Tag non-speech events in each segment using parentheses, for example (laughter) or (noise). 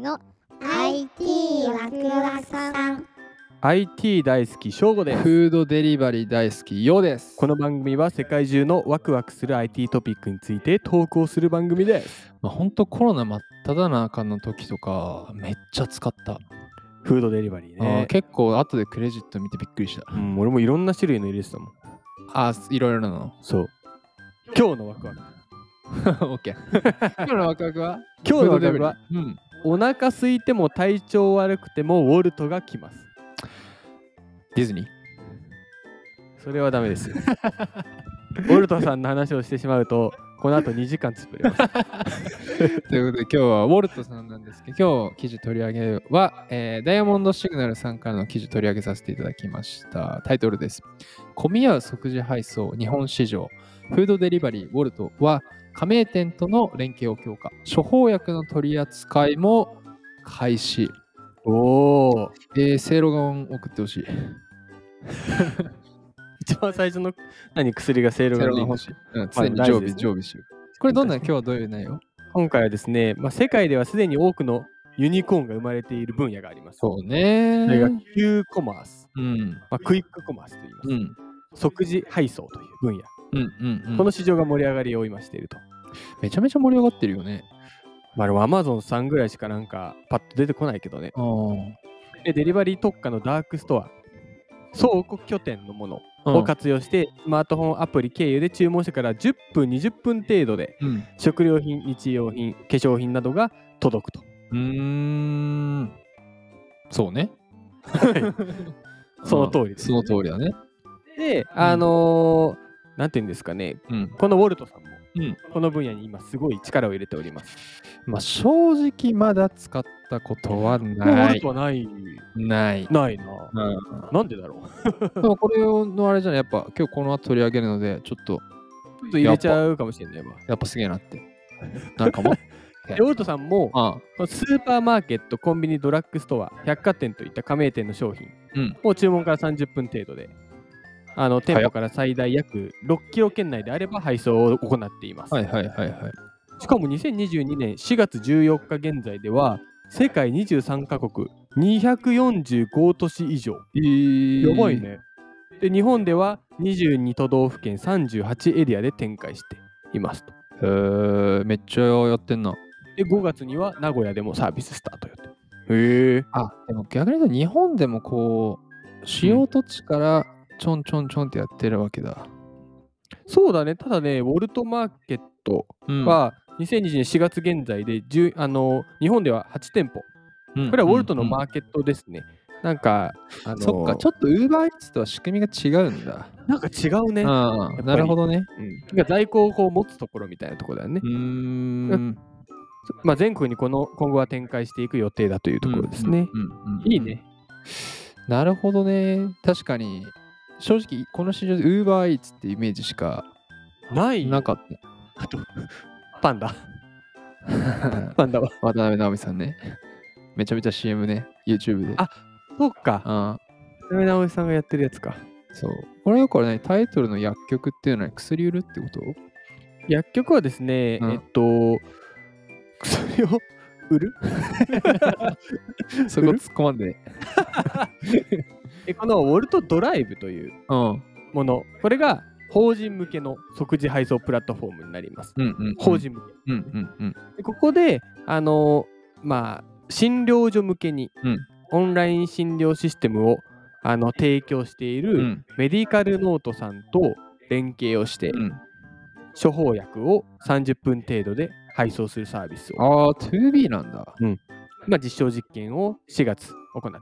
の IT ワクワクさん IT 大好き翔吾ですフードデリバリー大好きようですこの番組は世界中のワクワクする IT トピックについてトークをする番組ですまあ、ほんとコロナ真っ只中の時とかめっちゃ使った、フードデリバリーあねー結構後でクレジット見てびっくりしたうん、俺もいろんな種類の入れてたもんあーいろいろなの (laughs) そう今日のワクワクオッケー今日のワクワクは今日のワクワクはフードデリバリーうんお腹空いても体調悪くてもウォルトが来ますディズニーそれはダメです (laughs) よウォルトさんの話をしてしまうとこの後2時間潰れます (laughs) ということで今日はウォルトさんなんですけど今日記事取り上げは、えーダイヤモンドシグナルさんからの記事取り上げさせていただきましたタイトルです混み合う即時配送日本市場フードデリバリーウォルトは加盟店との連携を強化処方薬の取り扱いも開始おおえー、セイロガン送ってほしい一番最初の何薬がセールセイがロガン欲しい、うん、まあ大常に常事です備、ね常備しようこれどんな今日はどういう内容今回はですね、まあ、世界ではすでに多くのユニコーンが生まれている分野があります。そうねそれが Q コマース、うんまあ、クイックコマースと言います、うん即時配送という分野、うんうんうん、この市場が盛り上がりを今していると。めちゃめちゃ盛り上がってるよね。まあ、でも Amazon さんぐらいしかなんかパッと出てこないけどね。ああ。でデリバリー特化のダークストア、倉庫拠点のものうんを活用して、スマートフォンアプリ経由で注文してから10分、20分程度でうん。食料品、日用品、化粧品などが届くと。うーん。そうね。 (laughs) その通りですその通りだね。で、あのーなんて言うんですかね、うん。このウォルトさんも、うんこの分野に今すごい力を入れております。まあ正直まだ使ったことはでもウォなルいト。はない、ない。ないな。なんでだろう。でもこれのあれじゃない、やっぱ今日この後取り上げるので、ちょっちとょっと入れちゃうかもしれないわ。やっぱすげえな (laughs) って。なんかも。でウォルトさんも、ああ。スーパーマーケット、コンビニ、ドラッグストア、百貨店といった加盟店の商品うんを注文から30分程度で、あの店早舗っから最大約6キロ圏内であれば配送を行っています。はいはいはいはい。しかも2022年4月14日現在では、世界23カ国、245都市以上。えーやばい。ね。で、日本では22都道府県38エリアで展開していますと。えー、めっちゃやってんな。で、5月には名古屋でもサービススタート予定。へえ。あでも逆に言うと日本でもこう使用土地からちょんちょんちょんってやってるわけだ。そうだね。ただね、ウォルトマーケットうんは2020年4月現在で10あの日本では8店舗。これはウォルトのマーーケットですね。なんか、あのそっか、ちょっと Uber Eats とは仕組みが違うんだ。なんか違うね。あぱあ、りなるほどね。うん、なんか在庫をこう持つところみたいなところだよね。うーん。まあ、全国にこの今後は展開していく予定だというところですね。うん。うんうんいいね。なるほどね。確かに、正直、この市場で Uber Eats ってイメージしかないな (laughs) かった。パン (laughs) ダ。パンダは。渡辺直美さんね。めちゃめちゃ CM ね、YouTube で。あそっか。あ渡辺直美さんがやってるやつか。ーそう。これだからね、タイトルの薬局っていうのは薬売るってこと薬局はですね、うんえっと、薬を売るそこ突っ込まんで。えこのウォルトドライブといううん。うんもの、これが法人向けの即時配送プラットフォームになります。うん。法。人向け。うんうんうん。でここで、あの、まあ、診療所向けに、うんオンライン診療システムをあの提供している、うんメディカルノートさんと連携をして、うん。処方薬を30分程度で配送するサービスを、ああ、2B なんだ。まあ、実証実験を4月行っている。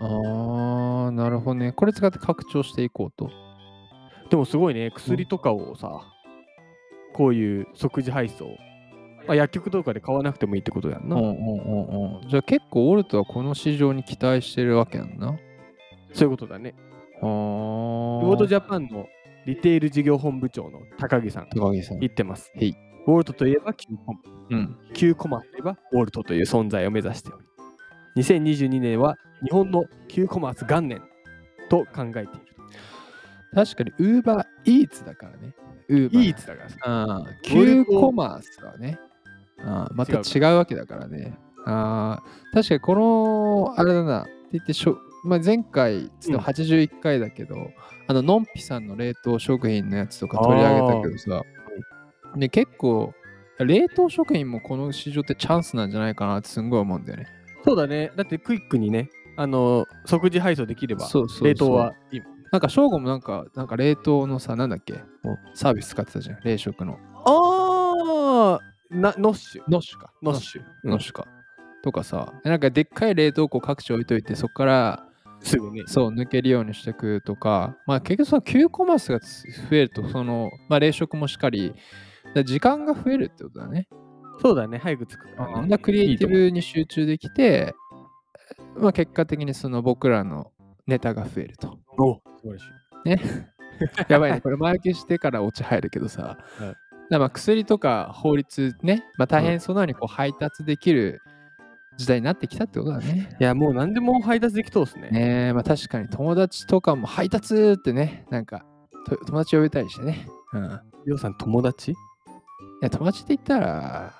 ああ、なるほどね。これ使って拡張していこうと。でもすごいね、薬とかをさ、こういう即時配送、まあ、薬局とかで買わなくてもいいってことやんうな。んうんうんうん。じゃあ結構オルトはこの市場に期待してるわけやんな。あそういうことだね。あ。ウォルトジャパンのリテール事業本部長の高木さん、高木さん。言ってます。へいウォルトといえば Q コマ、うん。 Q コマといえばウォルトという存在を目指しており、2022年は日本の Q コマース元年と考えている。確かに Uber Eats だからね。Uber。いいつだからさ。ああ。ウォ Q ルトコマースだね。ああ、また違うわけだからね。あー確かにこの、あれだな、って言ってしょ、まあ、前回、うちょっとん81回だけど、あの、のんぴさんの冷凍食品のやつとか取り上げたけどさ、ね、結構、冷凍食品もこの市場ってチャンスなんじゃないかなってすんごい思うんだよね。そうだね。だってクイックにね、あの、即時配送できれば、そうそうそう冷凍はいいもん。なんか、翔吾もなんか、なんか冷凍のさ、なんだっけ、サービス使ってたじゃん、冷食の。あーな、ノッシュ。ノッシュか。ノッシュ。ノッシュか。とかさ、なんかでっかい冷凍庫各地置いといて、そこからすぐね。そう抜けるようにしていくとか、まあ結局その急コマースがつ増えると、その、まあ冷食もしっかり、だ時間が増えるってことだね。そうだね、早く作るからね、だクリエイティいいブに集中できて、まあ結果的にその僕らのネタが増える (laughs) と。と思う。お素晴らしい。やばいね、これ前置きしてからオチ入るけどさ、うんだからまあ薬とか法律ね、まあ、大変そうなのにこう配達できる時代になってきたってことだね。いや、もう何でも配達できそうですね。ねえ、まあ確かに友達とかも配達ってね、なんかと友達呼べたりしてね。うん。いりょうさん、友達や、友達って言ったら、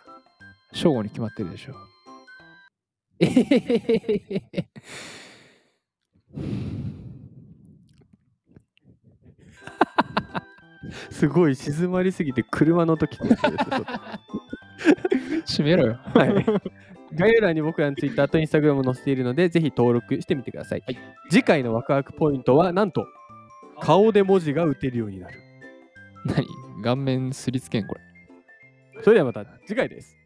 正午に決まってるでしょ。えへへへへへ。 (laughs) すごい静まりすぎて車の音聞こえてる。ちょっと閉めろよ。はい。 (laughs) 概要欄に僕らの Twitter と Instagram も載せているので、ぜひ登録してみてください。次回のワクワクポイントは、なんと、顔で文字が打てるようになる。何顔面すりつけんこれ。それではまた次回です。